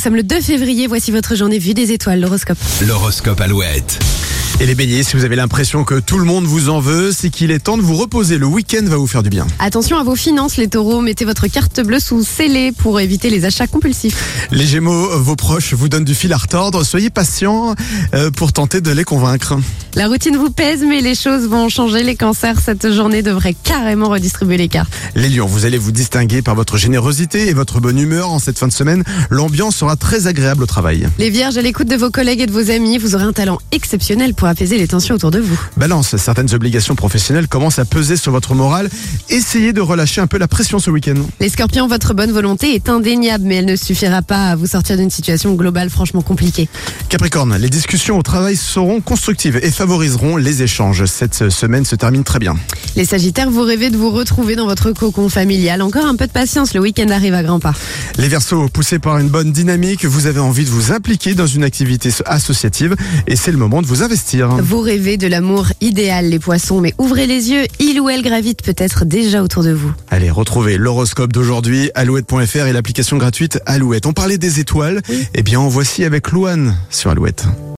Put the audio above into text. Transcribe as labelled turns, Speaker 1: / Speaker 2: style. Speaker 1: Nous sommes le 2 février, voici votre journée vue des étoiles, l'horoscope.
Speaker 2: L'horoscope Alouette.
Speaker 3: Et les béliers, si vous avez l'impression que tout le monde vous en veut, c'est qu'il est temps de vous reposer. Le week-end va vous faire du bien.
Speaker 1: Attention à vos finances, les taureaux, mettez votre carte bleue sous scellé pour éviter les achats compulsifs.
Speaker 3: Les gémeaux, vos proches vous donnent du fil à retordre. Soyez patients euh, pour tenter de les convaincre.
Speaker 1: La routine vous pèse, mais les choses vont changer, les cancers, cette journée devrait carrément redistribuer les cartes.
Speaker 3: Les lions, vous allez vous distinguer par votre générosité et votre bonne humeur en cette fin de semaine. L'ambiance sera très agréable au travail.
Speaker 1: Les vierges, à l'écoute de vos collègues et de vos amis, vous aurez un talent exceptionnel pour apaiser les tensions autour de vous.
Speaker 3: Balance, certaines obligations professionnelles commencent à peser sur votre morale. Essayez de relâcher un peu la pression ce week-end.
Speaker 1: Les scorpions, votre bonne volonté est indéniable, mais elle ne suffira pas à vous sortir d'une situation globale franchement compliquée.
Speaker 3: Capricorne, les discussions au travail seront constructives et favoriseront les échanges. Cette semaine se termine très bien.
Speaker 1: Les sagittaires, vous rêvez de vous retrouver dans votre cocon familial. Encore un peu de patience, le week-end arrive à grands pas.
Speaker 3: Les Verseaux, poussés par une bonne dynamique, vous avez envie de vous impliquer dans une activité associative et c'est le moment de vous investir.
Speaker 1: Vous rêvez de l'amour idéal, les poissons, mais ouvrez les yeux, il ou elle gravite peut-être déjà autour de vous.
Speaker 3: Allez, retrouvez l'horoscope d'aujourd'hui, alouette.fr et l'application gratuite Alouette. On parlait des étoiles, eh bien en voici avec Louane sur Alouette.